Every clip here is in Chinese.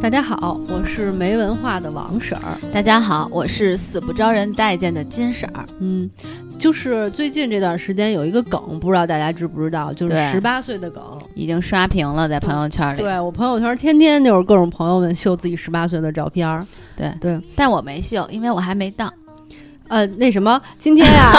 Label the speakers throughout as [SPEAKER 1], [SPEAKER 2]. [SPEAKER 1] 大家好，我是没文化的王婶儿。
[SPEAKER 2] 大家好，我是死不招人待见的金婶儿。
[SPEAKER 1] 嗯，就是最近这段时间有一个梗，不知道大家知不知道，就是
[SPEAKER 2] 对
[SPEAKER 1] 十八岁的梗。
[SPEAKER 2] 已经刷屏了，在朋友圈里。
[SPEAKER 1] 对我朋友圈天天就是各种朋友们秀自己十八岁的照片儿。
[SPEAKER 2] 对
[SPEAKER 1] 对，
[SPEAKER 2] 但我没秀，因为我还没到。
[SPEAKER 1] 呃，那什么，今天 呀、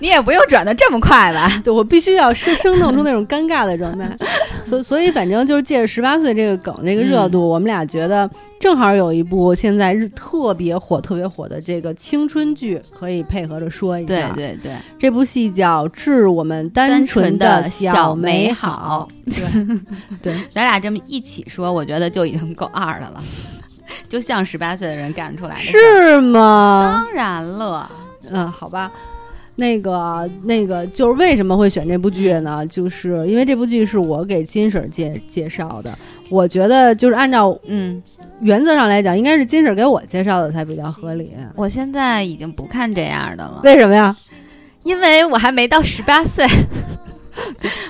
[SPEAKER 2] 你也不用转的这么快吧？
[SPEAKER 1] 对我必须要生生弄出那种尴尬的状态。所所以，反正就是借着十八岁这个梗这个热度，
[SPEAKER 2] 嗯
[SPEAKER 1] 我们俩觉得正好有一部现在日特别火、特别火的这个青春剧，可以配合着说一
[SPEAKER 2] 对
[SPEAKER 1] 下。
[SPEAKER 2] 对对，
[SPEAKER 1] 这部戏叫《致我们单纯的小美好》。对，
[SPEAKER 2] 咱俩这么一起说，我觉得就已经够二的了， 就像十八岁的人干出来的事儿。
[SPEAKER 1] 是吗？
[SPEAKER 2] 当然了，
[SPEAKER 1] 嗯，好吧。那个，那个，就是为什么会选这部剧呢？就是因为这部剧是我给金婶儿介介绍的。我觉得就是按照
[SPEAKER 2] 嗯，
[SPEAKER 1] 原则上来讲，应该是金婶给我介绍的才比较合理。
[SPEAKER 2] 我现在已经不看这样的了，
[SPEAKER 1] 为什么呀？
[SPEAKER 2] 因为我还没到十八 岁。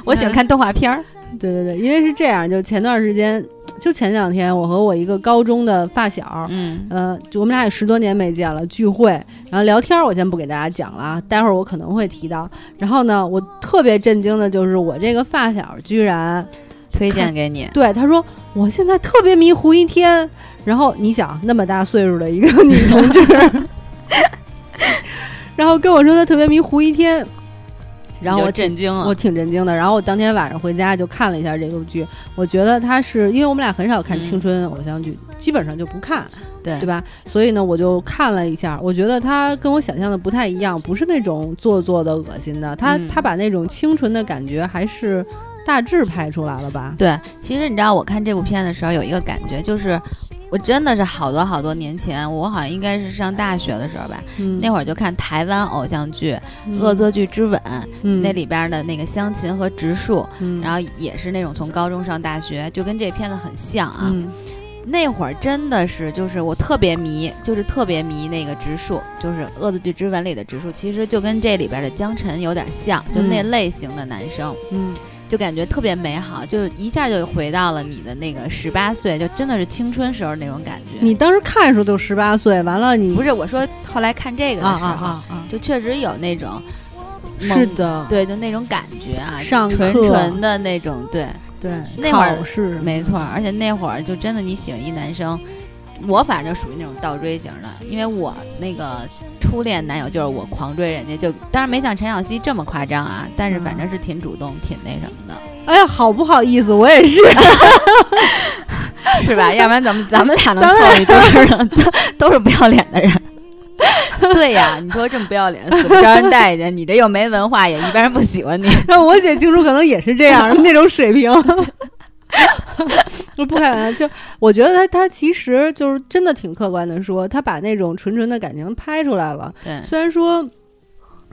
[SPEAKER 2] 我喜欢看动画片儿，
[SPEAKER 1] 对对对，因为是这样，就前段时间，就前两天，我和我一个高中的发小，
[SPEAKER 2] 嗯，
[SPEAKER 1] 呃，就我们俩也十多年没见了，聚会，然后聊天，我先不给大家讲了啊，待会儿我可能会提到。然后呢，我特别震惊的就是，我这个发小居然
[SPEAKER 2] 推荐给你。
[SPEAKER 1] 对他说，我现在特别迷胡一天。然后你想，那么大岁数的一个女同志，然后跟我说她特别迷胡一天，然后
[SPEAKER 2] 你就
[SPEAKER 1] 我
[SPEAKER 2] 震惊了，
[SPEAKER 1] 我挺震惊的。然后我当天晚上回家就看了一下这部剧，我觉得它是因为我们俩很少看
[SPEAKER 2] 嗯
[SPEAKER 1] 青春偶像剧，基本上就不看，
[SPEAKER 2] 对
[SPEAKER 1] 对吧？所以呢，我就看了一下，我觉得它跟我想象的不太一样，不是那种做作的、恶心的，它
[SPEAKER 2] 嗯
[SPEAKER 1] 它把那种清纯的感觉还是大致拍出来了吧？
[SPEAKER 2] 对，其实你知道，我看这部片的时候有一个感觉，就是我真的是好多好多年前，我好像应该是上大学的时候吧，
[SPEAKER 1] 嗯，
[SPEAKER 2] 那会儿就看台湾偶像剧《恶作剧之吻》，
[SPEAKER 1] 嗯
[SPEAKER 2] 那里边的那个湘琴和植树，
[SPEAKER 1] 嗯
[SPEAKER 2] 然后也是那种从高中上大学，就跟这片子很像啊。
[SPEAKER 1] 嗯
[SPEAKER 2] 那会儿真的是，就是我特别迷，就是特别迷那个植树，就是《恶作剧之吻》里的植树，其实就跟这里边的江晨有点像，就那
[SPEAKER 1] 嗯
[SPEAKER 2] 类型的男生。
[SPEAKER 1] 嗯
[SPEAKER 2] 就感觉特别美好，就一下就回到了你的那个十八岁，就真的是青春时候那种感觉。
[SPEAKER 1] 你当时看的时候就十八岁，完了你
[SPEAKER 2] 不是我说后来看这个的
[SPEAKER 1] 啊
[SPEAKER 2] 时候，
[SPEAKER 1] 啊啊啊，
[SPEAKER 2] 就确实有那种猛
[SPEAKER 1] 是，的，
[SPEAKER 2] 对，就那种感觉啊，
[SPEAKER 1] 上课
[SPEAKER 2] 纯纯的那种，对，
[SPEAKER 1] 对，
[SPEAKER 2] 那会儿
[SPEAKER 1] 考试
[SPEAKER 2] 没错。而且那会儿就真的你喜欢一男生，我反正属于那种倒追型的，因为我那个初恋男友就是我狂追人家，就当然没像陈小希这么夸张啊，但是反正是挺主动、挺那什么的。
[SPEAKER 1] 哎呀，好不好意思，我也是。
[SPEAKER 2] 是 吧？要不然咱们咱们俩能
[SPEAKER 1] 咱
[SPEAKER 2] 凑一堆儿 呢，都都是不要脸的人。对呀，你说这么不要脸，死不招人待见，你这又没文化，也一般人不喜欢你。
[SPEAKER 1] 让我写情书可能也是这样的那种水平。 我不开玩笑，就我觉得他他其实就是真的挺客观的说，他把那种纯纯的感情拍出来了。
[SPEAKER 2] 对，
[SPEAKER 1] 虽然说，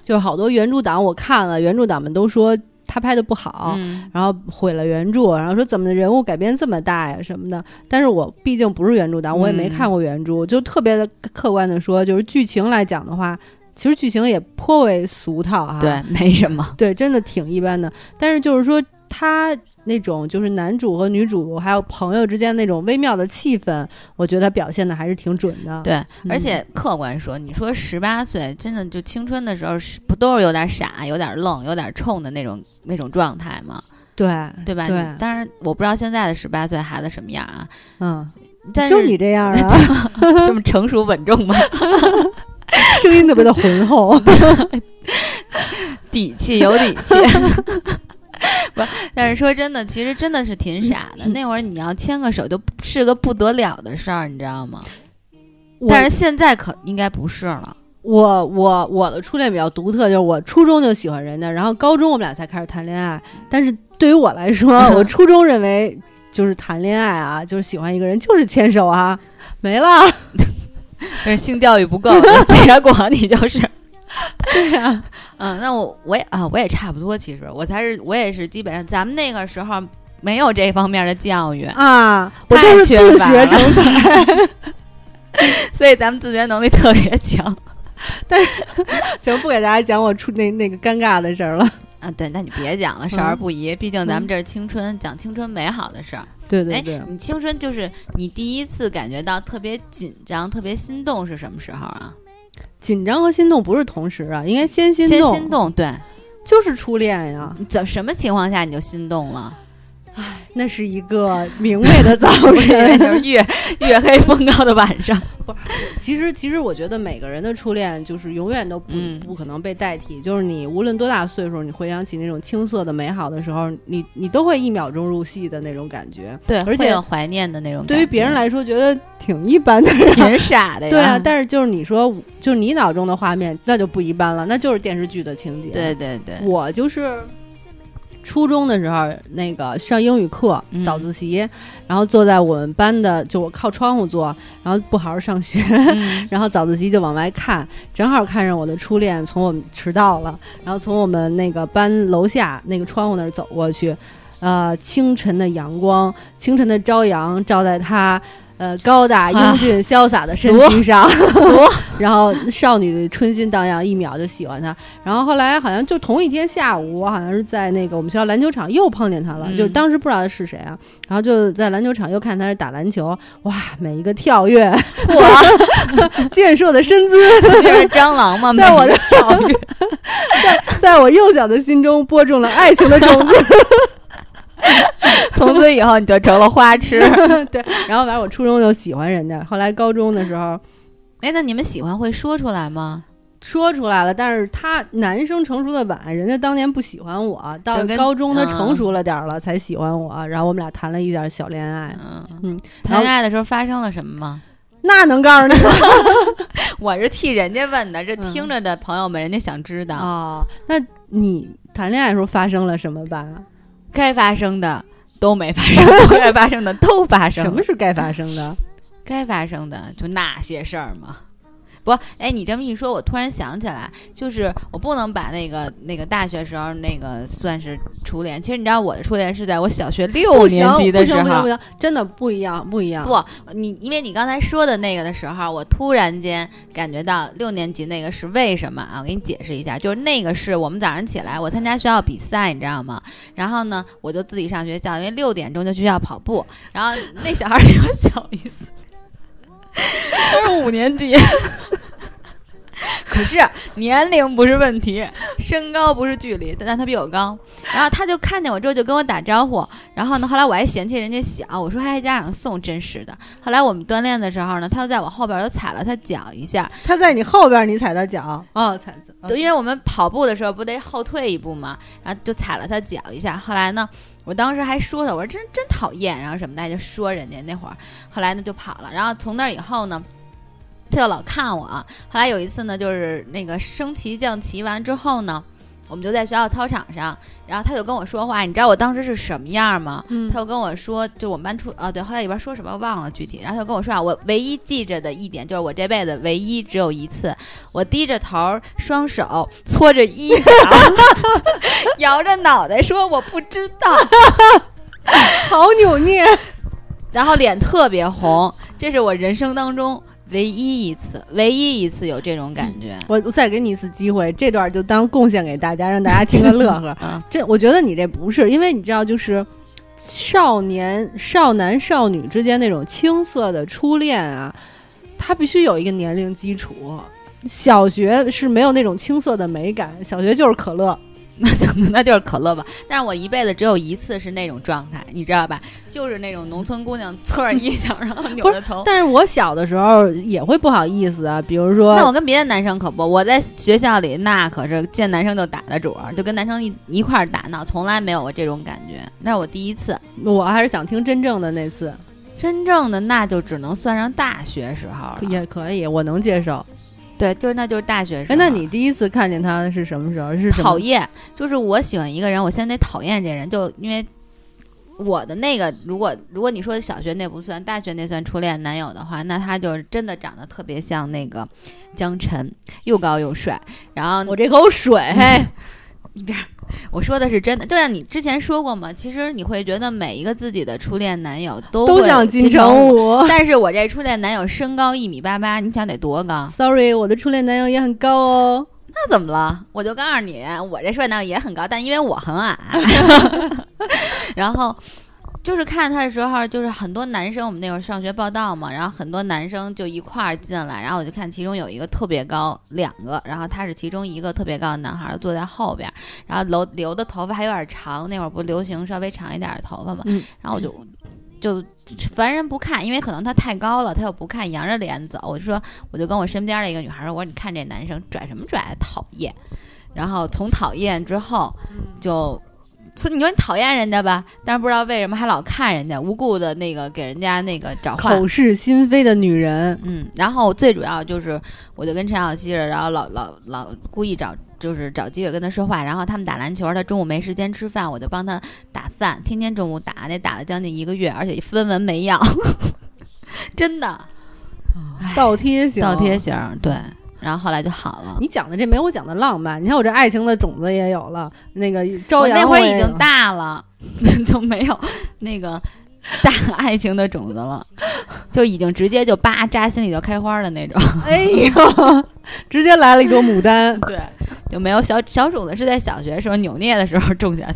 [SPEAKER 1] 就是好多原著党我看了，原著党们都说他拍的不好，
[SPEAKER 2] 嗯，
[SPEAKER 1] 然后毁了原著，然后说怎么人物改编这么大呀什么的。但是我毕竟不是原著党，我也没
[SPEAKER 2] 嗯
[SPEAKER 1] 看过原著，就特别的客观的说，就是剧情来讲的话，其实剧情也颇为俗套啊。
[SPEAKER 2] 哦对，没什么。
[SPEAKER 1] 对，真的挺一般的。但是就是说，他那种就是男主和女主还有朋友之间那种微妙的气氛，我觉得他表现的还是挺准的。
[SPEAKER 2] 对，
[SPEAKER 1] 嗯
[SPEAKER 2] 而且客观说，你说十八岁真的就青春的时候，是不都是有点傻、有点愣、有点冲的那种那种状态吗？
[SPEAKER 1] 对
[SPEAKER 2] 对吧？
[SPEAKER 1] 对
[SPEAKER 2] 你当然，我不知道现在的十八岁孩子什么样啊，
[SPEAKER 1] 嗯，
[SPEAKER 2] 但
[SPEAKER 1] 就是是你这样啊，
[SPEAKER 2] 这么成熟稳重吗？
[SPEAKER 1] 声音特别的浑 厚。
[SPEAKER 2] 底气有底 气。不，但是说真的，其实真的是挺傻的。那会儿你要牵个手，就是个不得了的事儿，你知道吗？但是现在可应该不是 了。
[SPEAKER 1] 我我我的初恋比较独特，就是我初中就喜欢人家，然后高中我们俩才开始谈恋爱。但是对于我来 说，我初中认为就是谈恋爱啊，就是喜欢一个人就是牵手啊，没了。
[SPEAKER 2] 但是性教育不够， 结果你 就是。
[SPEAKER 1] 对呀、
[SPEAKER 2] 嗯，那我我也啊，我也差不多。其实我才是，我也是，基本上咱们那个时候没有这方面的教育，
[SPEAKER 1] 啊，我
[SPEAKER 2] 太
[SPEAKER 1] 就是
[SPEAKER 2] 缺
[SPEAKER 1] 自
[SPEAKER 2] 乏
[SPEAKER 1] 学
[SPEAKER 2] 了
[SPEAKER 1] 成才。
[SPEAKER 2] 所以咱们自学能力特别强。
[SPEAKER 1] 行，不给大家讲我出那那个尴尬的事儿了。
[SPEAKER 2] 啊，对，那你别讲了，少儿不宜，毕竟咱们这是青春，讲青春美好的事儿。
[SPEAKER 1] 对对
[SPEAKER 2] 哎
[SPEAKER 1] 对，，
[SPEAKER 2] 你青春就是你第一次感觉到特别紧张、特别心动是什么时候啊？
[SPEAKER 1] 紧张和心动不是同时啊，应该先心
[SPEAKER 2] 先
[SPEAKER 1] 动，嗯
[SPEAKER 2] 心动，对，
[SPEAKER 1] 就是初恋呀，
[SPEAKER 2] 你怎什么情况下你就心动 了？
[SPEAKER 1] 那是一个明媚的 早
[SPEAKER 2] 对，
[SPEAKER 1] 晨。
[SPEAKER 2] 就是月月黑风高的晚上。
[SPEAKER 1] 其实，其实我觉得每个人的初恋就是永远都不、
[SPEAKER 2] 嗯
[SPEAKER 1] 不可能被代替。就是你无论多大岁数，你回想起那种青涩的美好的时候，你你都会一秒钟入戏的那种感觉。
[SPEAKER 2] 对，
[SPEAKER 1] 而且
[SPEAKER 2] 会有怀念的那种感
[SPEAKER 1] 嗯
[SPEAKER 2] 觉。
[SPEAKER 1] 对于别人 来说，觉得挺一般的。
[SPEAKER 2] 挺傻的 呀。
[SPEAKER 1] 对啊，但是就是你说，就是你脑中的画面，那就不一般了，那就是电视剧的情节。
[SPEAKER 2] 对对对，
[SPEAKER 1] 我就是初中的时候，那个上英语课
[SPEAKER 2] 嗯
[SPEAKER 1] 早自习，然后坐在我们班的，就我靠窗户坐，然后不好好上学，
[SPEAKER 2] 嗯
[SPEAKER 1] 然后早自习就往外看，正好看上我的初恋从我们迟到了，然后从我们那个班楼下那个窗户那儿走过去，呃，清晨的阳光，清晨的朝阳照在他。呃，高大英俊、潇洒的身躯上， 然后少女的春心荡漾，一秒就喜欢他。然后后来好像就同一天下午，我好像是在那个我们学校篮球场又碰见他了，
[SPEAKER 2] 嗯
[SPEAKER 1] 就是当时不知道他是谁啊，然后就在篮球场又看他是打篮球，哇，每一个跳跃，
[SPEAKER 2] 嚯，
[SPEAKER 1] 健硕的身姿，
[SPEAKER 2] 就是蟑螂 嘛，
[SPEAKER 1] 在我的
[SPEAKER 2] 每天跳跃
[SPEAKER 1] 在我幼小的心中播种了爱情的种 子。
[SPEAKER 2] 从此以后你就成了花痴。
[SPEAKER 1] 对，然后反正我初中就喜欢人家，后来高中的时候
[SPEAKER 2] 哎，那你们喜欢会说出来吗？
[SPEAKER 1] 说出来了，但是他男生成熟的晚，人家当年不喜欢我，到
[SPEAKER 2] 就跟
[SPEAKER 1] 高中他
[SPEAKER 2] 嗯
[SPEAKER 1] 成熟了点儿了才喜欢我，然后我们俩谈了一点小恋爱，
[SPEAKER 2] 嗯
[SPEAKER 1] 嗯，
[SPEAKER 2] 谈恋爱的时候发生了什么吗？
[SPEAKER 1] 那能告诉你吗？
[SPEAKER 2] 我是替人家问的，这
[SPEAKER 1] 嗯
[SPEAKER 2] 听着的朋友们，人家想知道
[SPEAKER 1] 哦，那你谈恋爱的时候发生了什么吧？
[SPEAKER 2] 该发生的都没发 生，不该发生的都发生
[SPEAKER 1] 什
[SPEAKER 2] 了
[SPEAKER 1] 么是该发生的？
[SPEAKER 2] 该发生的就那些事儿嘛。不，哎，你这么一说，我突然想起来，就是我不能把那个那个大学时候那个算是初恋。其实你知道，我的初恋是在我小学六
[SPEAKER 1] 不
[SPEAKER 2] 年
[SPEAKER 1] 行
[SPEAKER 2] 级的时
[SPEAKER 1] 不行不行不
[SPEAKER 2] 候。
[SPEAKER 1] 行，真的不一样，不一样。
[SPEAKER 2] 不，你因为你刚才说的那个的时候，我突然间感觉到六年级那个是为什么啊？我给你解释一下，就是那个是我们早上起来，我参加学校比赛，你知道吗？然后呢，我就自己上学校，因为六点钟就去学校跑步，然后那小孩儿比我小一 岁。
[SPEAKER 1] 他是五年级，
[SPEAKER 2] 可是年龄不是问题，身高不是距离，但但他比我高。然后他就看见我之后就跟我打招呼，然后呢，后来我还嫌弃人家小，我说还家长送，真是的。后来我们锻炼的时候呢，他就在我后边儿就踩了他脚一下，
[SPEAKER 1] 他在你后边，你踩他脚，哦，踩脚，
[SPEAKER 2] 对，因为我们跑步的时候不得后退一步嘛，然后就踩了他脚一下。后来呢，我当时还说他，我说真真讨厌，然后什么的还就说人家那会儿。后来呢就跑了，然后从那以后呢。他就老看我啊，后来有一次呢，就是那个升旗降旗完之后呢，我们就在学校操场上，然后他就跟我说话，你知道我当时是什么样吗？
[SPEAKER 1] 嗯
[SPEAKER 2] 他就跟我说，就我们班初啊，对，后来里边说什么忘了具体，然后他就跟我说啊，我唯一记着的一点就是我这辈子唯一只有一次，我低着头，双手搓着衣角， 摇着脑袋说我不知道，
[SPEAKER 1] 好扭捏。
[SPEAKER 2] 然后脸特别红，这是我人生当中唯一一次，唯一一次有这种感觉。。
[SPEAKER 1] 我我再给你一次机会，这段就当贡献给大家，让大家听个乐呵
[SPEAKER 2] 啊
[SPEAKER 1] 这我觉得你这不是，因为你知道，就是少年、少男、少女之间那种青涩的初恋啊，它必须有一个年龄基础。小学是没有那种青涩的美感，小学就是可乐。
[SPEAKER 2] 嗯 那就是可乐吧。但是我一辈子只有一次是那种状态，你知道吧？就是那种农村姑娘搓着衣角，然后扭着头。
[SPEAKER 1] 但是我小的时候也会不好意思啊，比如
[SPEAKER 2] 那
[SPEAKER 1] 说，
[SPEAKER 2] 我跟别的男生可不，我在学校里那可是见男生就打的主儿，就跟男生一一块儿打闹，从来没有过这种感觉。那是我第一次，
[SPEAKER 1] 我还是想听真正的那次，
[SPEAKER 2] 真正的那就只能算上大学时候了。
[SPEAKER 1] 也可以，我能接受。
[SPEAKER 2] 对，就是啊那就是大学时
[SPEAKER 1] 哎，
[SPEAKER 2] 候。
[SPEAKER 1] 那你第一次看见他是什么时候？是什么
[SPEAKER 2] 讨厌，就是我喜欢一个人，我现在得讨厌这人，就因为我的那个，如果如果你说小学那不算，大学那算初恋男友的话，那他就真的长得特别像那个江晨，又高又帅。然后
[SPEAKER 1] 我这口水，嘿，
[SPEAKER 2] 我说的是真的，就像你之前说过嘛，其实你会觉得每一个自己的初恋男友 都
[SPEAKER 1] 都
[SPEAKER 2] 会
[SPEAKER 1] 想
[SPEAKER 2] 金
[SPEAKER 1] 金城
[SPEAKER 2] 武。
[SPEAKER 1] 武。
[SPEAKER 2] 但是我这初恋男友身高一米八八，你想得多 高？
[SPEAKER 1] Sorry，我的初恋男友也很高哦。
[SPEAKER 2] 那怎么了？我就告诉你，我这帅度也很高，但因为我很矮。 然后就是看他的时候，就是很多男生，我们那会儿上学报道嘛，然后很多男生就一块儿进来，然后我就看其中有一个特别高，两个，然后他是其中一个特别高的男孩坐在后边，然后留留的头发还有点长，那会儿不流行稍微长一点的头发嘛，
[SPEAKER 1] 嗯
[SPEAKER 2] 然后我就就凡人不看，因为可能他太高了，他又不看，仰着脸走。我就说，我就跟我身边的一个女孩说，我说你看这男生拽什么拽，讨厌。然后从讨厌之后就。所以你说你讨厌人家吧，但是不知道为什么还老看人家，无故的那个给人家那个找话
[SPEAKER 1] 口是心非的女人，
[SPEAKER 2] 嗯，然后最主要就是，我就跟陈小希似的，然后老老老故意找，就是找机会跟他说话。然后他们打篮球，他中午没时间吃饭，我就帮他打饭，天天中午打，那打了将近一个月，而且分文没要， 真的
[SPEAKER 1] 倒贴型，
[SPEAKER 2] 倒贴。型儿，对。然后后来就好了。
[SPEAKER 1] 你讲的这没我讲的浪漫，你看我这爱情的种子也有了，那个朝
[SPEAKER 2] 我
[SPEAKER 1] 阳
[SPEAKER 2] 那会儿
[SPEAKER 1] 我也
[SPEAKER 2] 已
[SPEAKER 1] 有
[SPEAKER 2] 经大了， 就没有那个大爱情的种子了，就已经直接就叭扎心里就开花的那种。
[SPEAKER 1] 哎呦， 直接来了一朵牡丹。
[SPEAKER 2] 对，就没有小小种子是在小学时候扭捏的时候种下的。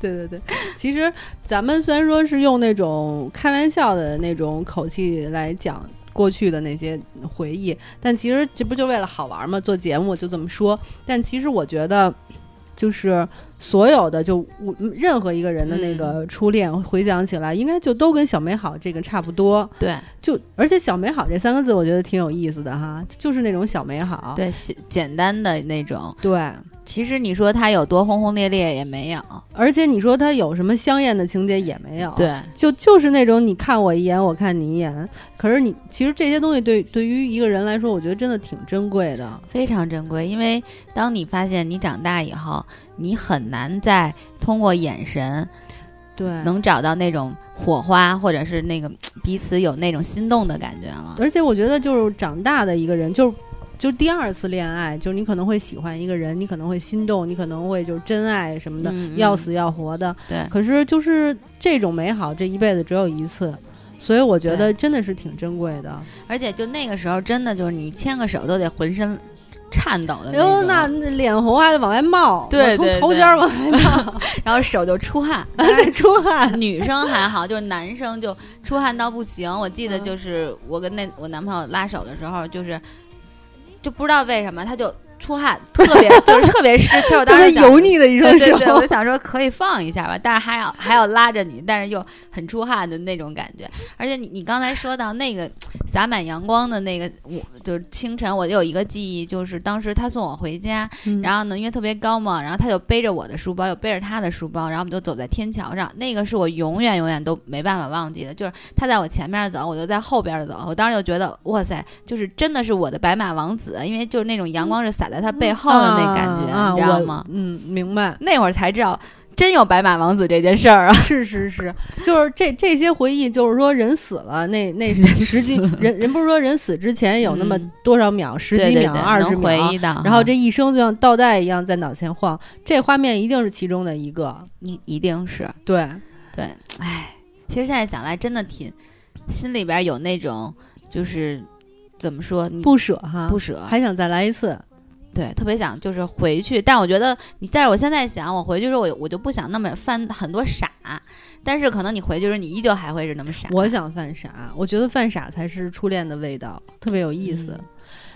[SPEAKER 1] 对对对，其实咱们虽然说是用那种开玩笑的那种口气来讲过去的那些回忆，但其实这不就为了好玩嘛？做节目就这么说。但其实我觉得，就是所有的就我嗯任何一个人的
[SPEAKER 2] 嗯
[SPEAKER 1] 那个初恋，回想起来应该就都跟小美好这个差不多。
[SPEAKER 2] 对
[SPEAKER 1] 就而且小美好这三个字，我觉得挺有意思的哈，就是那种小美好。
[SPEAKER 2] 对，简简单的那种。
[SPEAKER 1] 对。
[SPEAKER 2] 其实你说他有多轰轰烈烈也没有。
[SPEAKER 1] 而且你说他有什么香艳的情节也没有，，
[SPEAKER 2] 对，
[SPEAKER 1] 就就是那种你看我一眼，我看你一眼。可是你其实这些东西对对于一个人来说，我觉得真的挺珍贵的。
[SPEAKER 2] 非常珍贵，因为当你发现你长大以后，你很难再通过眼神
[SPEAKER 1] 对，
[SPEAKER 2] 能找到那种火花，或者是那个彼此有那种心动的感觉了。
[SPEAKER 1] 而且我觉得就是长大的一个人，就是就是第二次恋爱，就是你可能会喜欢一个人，你可能会心动，你可能会就是真爱什么的，
[SPEAKER 2] 嗯嗯嗯
[SPEAKER 1] 要死要活的。
[SPEAKER 2] 对
[SPEAKER 1] 可是就是这种美好，这一辈子只有一次。所以我觉
[SPEAKER 2] 对
[SPEAKER 1] 得真的是挺珍贵的。
[SPEAKER 2] 而且就那个时候，真的就是你牵个手都得浑身颤抖的
[SPEAKER 1] 哎
[SPEAKER 2] 那种，
[SPEAKER 1] 呦，那那脸红还得往外冒，
[SPEAKER 2] 对
[SPEAKER 1] 我
[SPEAKER 2] 对
[SPEAKER 1] 从头
[SPEAKER 2] 对
[SPEAKER 1] 尖儿往外冒，
[SPEAKER 2] 然后手就出汗。
[SPEAKER 1] 得出汗。
[SPEAKER 2] 女生还好，就是男生就出汗到不行。我记得就是我跟那我男朋友拉手的时候，就是就不知道为什么他就出汗，特别就是特别湿。就 我当
[SPEAKER 1] 特别
[SPEAKER 2] 时 想
[SPEAKER 1] 油腻的一双
[SPEAKER 2] 对
[SPEAKER 1] 手，
[SPEAKER 2] 对 对，我就想说可以放一下吧，但是还要还要拉着你，但是又很出汗的那种感觉。而且你你刚才说到那个洒满阳光的那个，我就是清晨，我有一个记忆，就是当时他送我回家，
[SPEAKER 1] 嗯
[SPEAKER 2] 然后呢，因为特别高嘛，然后他就背着我的书包，又背着他的书包，然后我们就走在天桥上。那个是我永远永远都没办法忘记的，就是他在我前面走，我就在后边走。我当时就觉得，哇塞，就是真的是我的白马王子，啊因为就是那种阳光是洒在他背后的那感觉，
[SPEAKER 1] 啊、
[SPEAKER 2] 你知道吗
[SPEAKER 1] 我？？嗯，明白。
[SPEAKER 2] 那会儿才知道真有白马王子这件事儿啊。
[SPEAKER 1] 是是是，就是这这些回忆，就是说人死了，那那十几人人不是说人死之前有那么
[SPEAKER 2] 嗯
[SPEAKER 1] 多少秒，十
[SPEAKER 2] 对
[SPEAKER 1] 几
[SPEAKER 2] 对
[SPEAKER 1] 秒、
[SPEAKER 2] 对，
[SPEAKER 1] 二十
[SPEAKER 2] 能
[SPEAKER 1] 秒，啊
[SPEAKER 2] 回忆啊到。嗯
[SPEAKER 1] 然后这一生就像倒带一样在脑前晃，这画面一定是其中的一个。
[SPEAKER 2] 一一定是
[SPEAKER 1] 对，
[SPEAKER 2] 对，哎，其实现在想来，真的挺心里边有那种就是怎么说，你
[SPEAKER 1] 不舍哈，
[SPEAKER 2] 不舍，
[SPEAKER 1] 还想再来一次。
[SPEAKER 2] 对，特别想就是回去，但我觉得你，但是我现在想，我回去之后，我我就不想那么犯很多傻，但是可能你回去的时候，你依旧还会是那么傻。
[SPEAKER 1] 我想犯傻，我觉得犯傻才是初恋的味道，特别有意思。
[SPEAKER 2] 嗯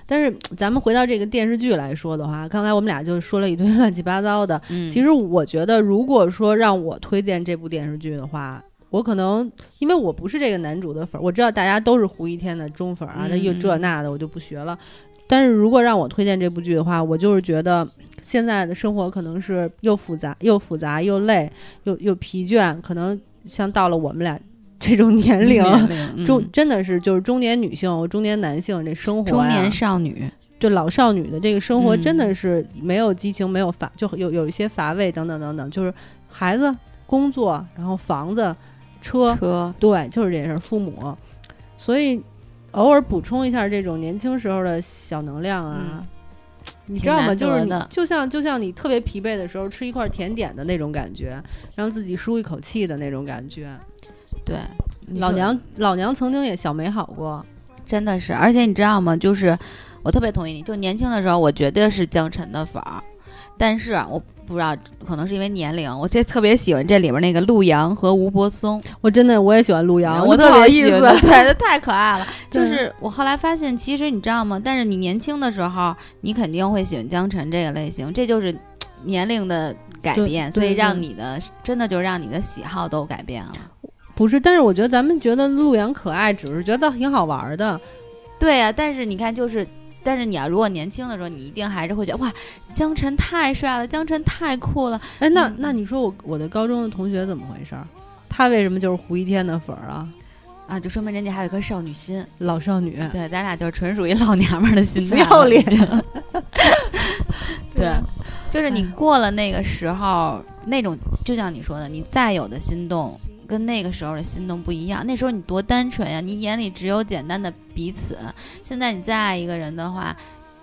[SPEAKER 1] 但是咱们回到这个电视剧来说的话，刚才我们俩就说了一堆 乱七八糟的，
[SPEAKER 2] 嗯，
[SPEAKER 1] 其
[SPEAKER 2] 实
[SPEAKER 1] 实我觉得，如果说让我推荐这部电视剧的话，我可能因为我不是这个男主的粉儿，我知道大家都是胡一天的忠粉儿啊，
[SPEAKER 2] 嗯
[SPEAKER 1] 那又这那的，我就不学了。但是如果让我推荐这部剧的话，我就是觉得现在的生活可能是又复杂又复杂又累又又疲倦，可能像到了我们俩这种年龄，
[SPEAKER 2] 龄嗯
[SPEAKER 1] 中
[SPEAKER 2] 中
[SPEAKER 1] 真的是就是中年女性、中年男性这生活、呀。
[SPEAKER 2] 中年少女，
[SPEAKER 1] 就老少女的这个生活
[SPEAKER 2] 嗯
[SPEAKER 1] 真的是没有激情，没有乏，就有有一些乏味等等等等，就是孩子、工作，然后房子、车，
[SPEAKER 2] 车
[SPEAKER 1] 对，就是这事儿，父母，所以偶尔补充一下这种年轻时候的小能量啊。
[SPEAKER 2] 嗯
[SPEAKER 1] 你知道
[SPEAKER 2] 挺
[SPEAKER 1] 吗？
[SPEAKER 2] 难得
[SPEAKER 1] 就是你
[SPEAKER 2] 的，
[SPEAKER 1] 就像就像你特别疲惫的时候吃一块甜点的那种感觉，让自己舒一口气的那种感觉。
[SPEAKER 2] 对，你
[SPEAKER 1] 老
[SPEAKER 2] 说
[SPEAKER 1] 娘老娘曾经也小美好过，
[SPEAKER 2] 真的是，而且你知道吗？就是我特别同意你，就年轻的时候我绝对是江晨的粉儿，但是啊我不知道，可能是因为年龄，我这特别喜欢这里边那个陆阳和吴柏松，
[SPEAKER 1] 我真的嗯我也喜欢陆阳，
[SPEAKER 2] 我
[SPEAKER 1] 特
[SPEAKER 2] 特
[SPEAKER 1] 别
[SPEAKER 2] 别
[SPEAKER 1] 意
[SPEAKER 2] 喜
[SPEAKER 1] 思，
[SPEAKER 2] 欢对，太可爱了。就
[SPEAKER 1] 对
[SPEAKER 2] 是我后来发现，其实你知道吗？但是你年轻的时候，你肯定会喜欢江晨这个类型，这就是嘖年龄的改
[SPEAKER 1] 对
[SPEAKER 2] 变，
[SPEAKER 1] 对
[SPEAKER 2] 所以
[SPEAKER 1] 对
[SPEAKER 2] 让你的真的就让你的喜好都改变了。
[SPEAKER 1] 不是，但是我觉得咱们觉得陆阳可爱，只是觉得挺好玩儿的。
[SPEAKER 2] 对呀、但是你看，就是。但是你啊要、如果年轻的时候，你一定还是会觉得哇，江晨太帅了，江晨太酷了。
[SPEAKER 1] 哎，那
[SPEAKER 2] 嗯
[SPEAKER 1] 那你说我我的高中的同学怎么回事儿？他为什么就是胡一天的粉儿啊？
[SPEAKER 2] 啊，就说明人家还有一颗少女心。
[SPEAKER 1] 老少女，
[SPEAKER 2] 对，咱俩就是纯属于老娘们儿的心态了，
[SPEAKER 1] 不要脸
[SPEAKER 2] 已经。对，就是你
[SPEAKER 1] 哎
[SPEAKER 2] 过了那个时候，那种就像你说的，你再有的心动，跟那个时候的心动不一样。那时候你多单纯呀，你眼里只有简单的彼此。现在你再爱一个人的话，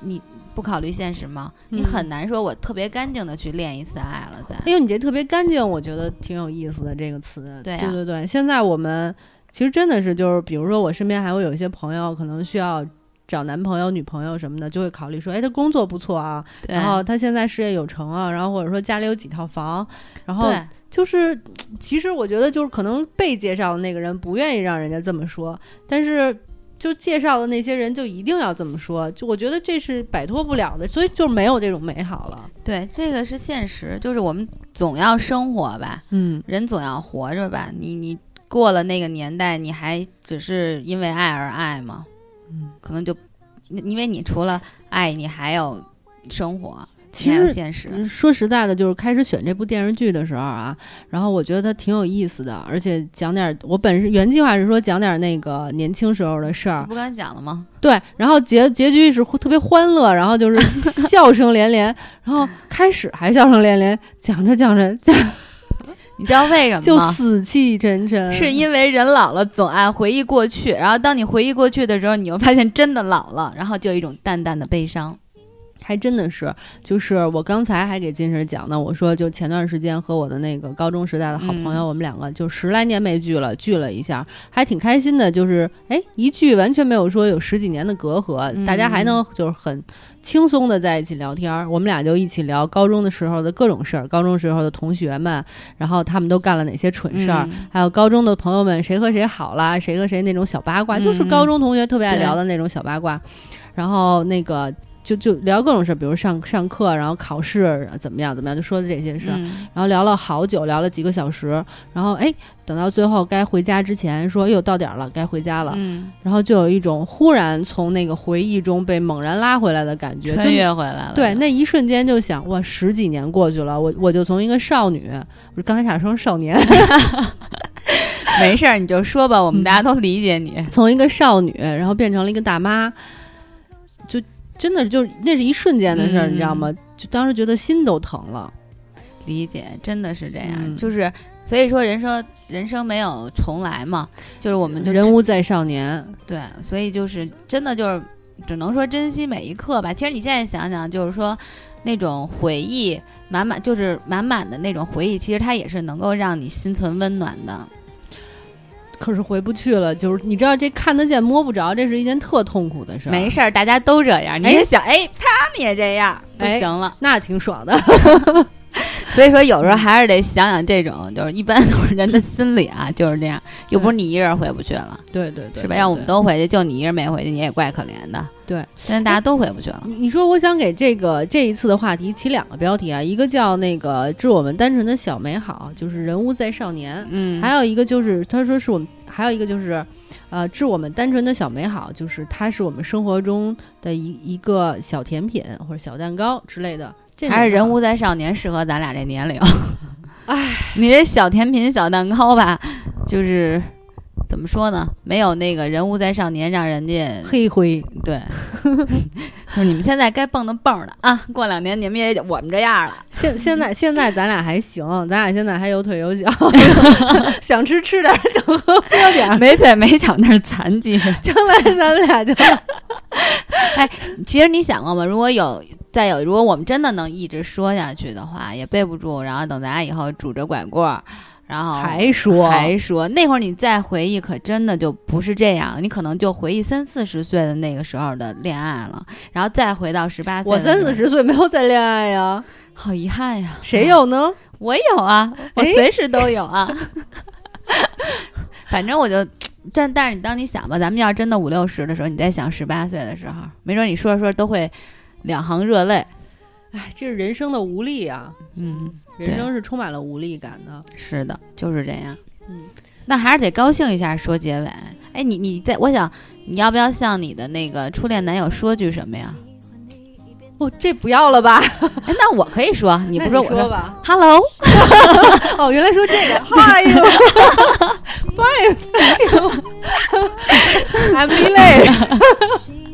[SPEAKER 2] 你不考虑现实吗？你
[SPEAKER 1] 嗯
[SPEAKER 2] 很难说我特别干净的去恋一次爱了再。
[SPEAKER 1] 哎呦，你这特别干净，我觉得挺有意思的这个词。
[SPEAKER 2] 对呀啊
[SPEAKER 1] 对对对，现在我们其实真的是就是，比如说我身边还会有一些朋友，可能需要找男朋友、女朋友什么的，就会考虑说，哎，他工作不错啊，
[SPEAKER 2] 对
[SPEAKER 1] 然后他现在事业有成啊，然后或者说家里有几套房，然后
[SPEAKER 2] 对
[SPEAKER 1] 就是，其实我觉得就是可能被介绍的那个人不愿意让人家这么说，但是就介绍的那些人就一定要这么说，就我觉得这是摆脱不了的，所以就没有这种美好了。
[SPEAKER 2] 对，这个是现实，就是我们总要生活吧。
[SPEAKER 1] 嗯，
[SPEAKER 2] 人总要活着吧？你你过了那个年代，你还只是因为爱而爱吗？
[SPEAKER 1] 嗯，
[SPEAKER 2] 可能就你因为你除了爱，你还有生活，
[SPEAKER 1] 其
[SPEAKER 2] 你还有
[SPEAKER 1] 实
[SPEAKER 2] 现实。
[SPEAKER 1] 嗯说实在的，就是开始选这部电视剧的时候啊，然后我觉得它挺有意思的，而且讲点儿我本是原计划是说讲点儿那个年轻时候的事
[SPEAKER 2] 这
[SPEAKER 1] 儿，
[SPEAKER 2] 不刚才讲了吗？
[SPEAKER 1] 对，然后结结局是特别欢乐，然后就是 笑声连连，然后开始还笑声连连，讲着讲着讲
[SPEAKER 2] 你知道为什
[SPEAKER 1] 就
[SPEAKER 2] 么吗？
[SPEAKER 1] 死气沉沉，
[SPEAKER 2] 是因为人老了总爱回忆过去，然后当你回忆过去的时候，你又发现真的老了，然后就有一种淡淡的悲伤。
[SPEAKER 1] 还真的是，就是我刚才还给金婶讲呢，我说就前段时间和我的那个高中时代的
[SPEAKER 2] 嗯
[SPEAKER 1] 好朋友，我们两个就十来年没聚了，聚了一下，还挺开心的。就是哎，一聚完全没有说有十几年的隔阂，
[SPEAKER 2] 嗯
[SPEAKER 1] 大家还能就是很轻松的在一起聊天儿。我们俩就一起聊高中的时候的各种事儿，高中时候的同学们，然后他们都干了哪些蠢事儿。
[SPEAKER 2] 嗯
[SPEAKER 1] 还有高中的朋友们，谁和谁好啦，谁和谁那种小八卦，
[SPEAKER 2] 嗯
[SPEAKER 1] 就是高中同学特别爱
[SPEAKER 2] 对
[SPEAKER 1] 聊的那种小八卦。然后那个就就聊各种事儿，比如上上课，然后考试怎么样怎么样，就说的这些事儿。
[SPEAKER 2] 嗯
[SPEAKER 1] 然后聊了好久，聊了几个小时。然后哎，等到最后该回家之前，说哎又到点儿了，该回家了。
[SPEAKER 2] 嗯，
[SPEAKER 1] 然后就有一种忽然从那个回忆中被猛然拉回来的感觉，
[SPEAKER 2] 穿
[SPEAKER 1] 就
[SPEAKER 2] 越回来了。
[SPEAKER 1] 对，那一瞬间就想，哇，十几年过去了，我我就从一个少女，我刚才想说少年，
[SPEAKER 2] 没事儿，你就说吧，我们大家都理解你。
[SPEAKER 1] 从一个少女，然后变成了一个大妈，就真的就是那是一瞬间的事儿，
[SPEAKER 2] 嗯
[SPEAKER 1] 你知道吗？就当时觉得心都疼了。
[SPEAKER 2] 理解，真的是这样，
[SPEAKER 1] 嗯
[SPEAKER 2] 就是所以说人生人生没有重来嘛，就是我们就
[SPEAKER 1] 人无再少年，
[SPEAKER 2] 对，所以就是真的就是只能说珍惜每一刻吧。其实你现在想想，就是说那种回忆满满，就是满满的那种回忆，其实它也是能够让你心存温暖的。
[SPEAKER 1] 可是回不去了。就是你知道，这看得见摸不着，这是一件特痛苦的事儿。
[SPEAKER 2] 没事儿，大家都这样，你也想，哎，他们也这样，就
[SPEAKER 1] 哎
[SPEAKER 2] 行了。
[SPEAKER 1] 那挺爽 的。
[SPEAKER 2] 所以说，有时候还是得想想这种，就是一般都是人的心理啊，就是这样，又
[SPEAKER 1] 嗯
[SPEAKER 2] 不是你一个人回不去了。
[SPEAKER 1] 对对对，
[SPEAKER 2] 是吧？
[SPEAKER 1] 对
[SPEAKER 2] 要我们
[SPEAKER 1] 对
[SPEAKER 2] 都回去，就你一人没回去，你也怪可怜的。
[SPEAKER 1] 对，哎
[SPEAKER 2] 现在大家都回不去了。
[SPEAKER 1] 你你说，我想给这个这一次的话题起两个标题啊，一个叫那个“致我们单纯的小美好”，就是人无再少年。
[SPEAKER 2] 嗯
[SPEAKER 1] 还有一个就是，他说是我们，还有一个就是，呃，致我们单纯的小美好，就是它是我们生活中的一一个小甜品或者小蛋糕之类的。这
[SPEAKER 2] 还是
[SPEAKER 1] 两
[SPEAKER 2] 人
[SPEAKER 1] 个
[SPEAKER 2] 无再少年，适合咱俩这 年龄。哎，你这小甜品、小蛋糕吧，就是怎么说呢？没有那个人无再少年，让人家
[SPEAKER 1] 黑灰，
[SPEAKER 2] 对，就是你们现在该蹦的蹦的啊，过两年你们也我们这样 了。
[SPEAKER 1] 现现在现在咱俩还行，咱俩现在还有腿有 脚，想吃吃点儿，想喝喝点儿，
[SPEAKER 2] 没腿没脚那是残疾人。
[SPEAKER 1] 将来咱们俩就
[SPEAKER 2] 其实你想过吗？如果有再有，如果我们真的能一直说下去的话，也备不住。然后等咱俩以后拄着拐棍儿，然后
[SPEAKER 1] 还说
[SPEAKER 2] 还说那会儿你再回忆，可真的就不是这样了，你可能就回忆三四十岁的那个时候的恋爱了，然后再回到十八岁，
[SPEAKER 1] 我三四，十岁没有再恋爱呀，
[SPEAKER 2] 好遗憾呀，
[SPEAKER 1] 谁有呢？
[SPEAKER 2] 我有啊， 我
[SPEAKER 1] 哎
[SPEAKER 2] 随时都有啊。 反正我就，但但是你当你想吧，咱们要是真的五六十的时候，你在想十八岁的时候，没准你说着说着都会两行热泪。
[SPEAKER 1] 哎，这是人生的无力啊，
[SPEAKER 2] 嗯，
[SPEAKER 1] 人生是充满了无力感的。
[SPEAKER 2] 是的，就是这样。
[SPEAKER 1] 嗯，
[SPEAKER 2] 那还是得高兴一下，说结尾。哎，你你在我想，你要不要向你的那个初恋男友说句什 么呀？
[SPEAKER 1] 哦，这不要了吧？
[SPEAKER 2] 哎，那我可以说，你
[SPEAKER 1] 那
[SPEAKER 2] 不
[SPEAKER 1] 你
[SPEAKER 2] 说
[SPEAKER 1] 说
[SPEAKER 2] 我说。
[SPEAKER 1] 吧？
[SPEAKER 2] Hello，
[SPEAKER 1] 哦，原来说这 个。嗨呦，嗨，I'm late，
[SPEAKER 2] 哎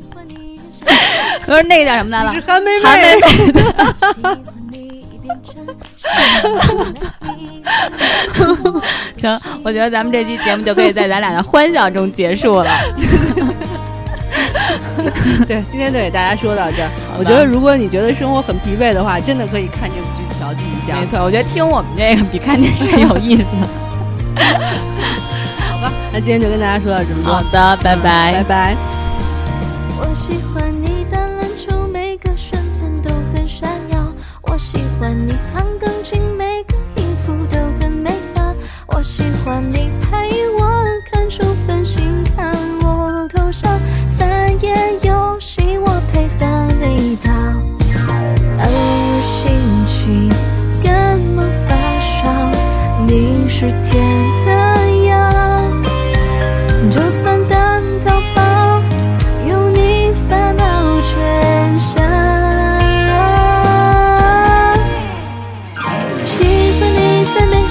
[SPEAKER 2] 不是那个叫什么来
[SPEAKER 1] 是
[SPEAKER 2] 了？
[SPEAKER 1] 韩梅
[SPEAKER 2] 韩梅
[SPEAKER 1] 梅。
[SPEAKER 2] 行，我觉得咱们这期节目就可以在咱俩的欢笑中结束了。
[SPEAKER 1] 对，今天就给大家说到这儿。
[SPEAKER 2] 吧
[SPEAKER 1] 我觉得，如果你觉得生活很疲惫的话，真的可以看这部剧调剂一下
[SPEAKER 2] 没。错，我觉得听我们这个比看电视有意思。
[SPEAKER 1] 那今天就跟大家说到这么多
[SPEAKER 2] 好，的，嗯拜拜。
[SPEAKER 1] 拜拜。
[SPEAKER 3] 我喜欢你淡蓝处，每个瞬间都很闪耀。我喜欢你弹钢琴，每个音符都很美妙。我喜欢你陪我看出繁星，看我头上翻页游戏，我陪伴你到二星期，感冒发烧，你是甜的药，就算等到饱。有你烦恼全消。喜欢你在每一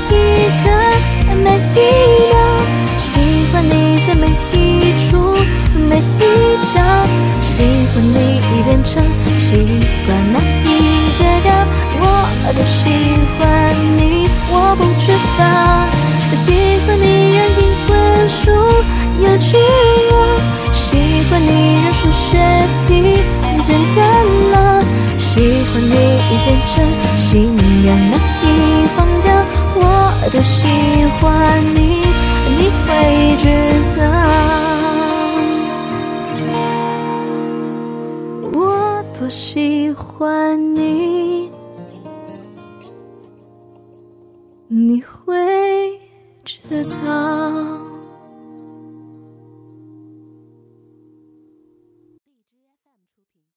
[SPEAKER 3] 刻，每一秒；喜欢你在每一处，每一角；喜欢你已变成习惯，难以戒掉。我的喜欢你，我不知道。喜欢你愿意温书有距落，喜欢你让数学题简单了，喜欢你已变成信仰，难以放掉。我的喜欢你，你会知道。我多喜欢你，你会知道。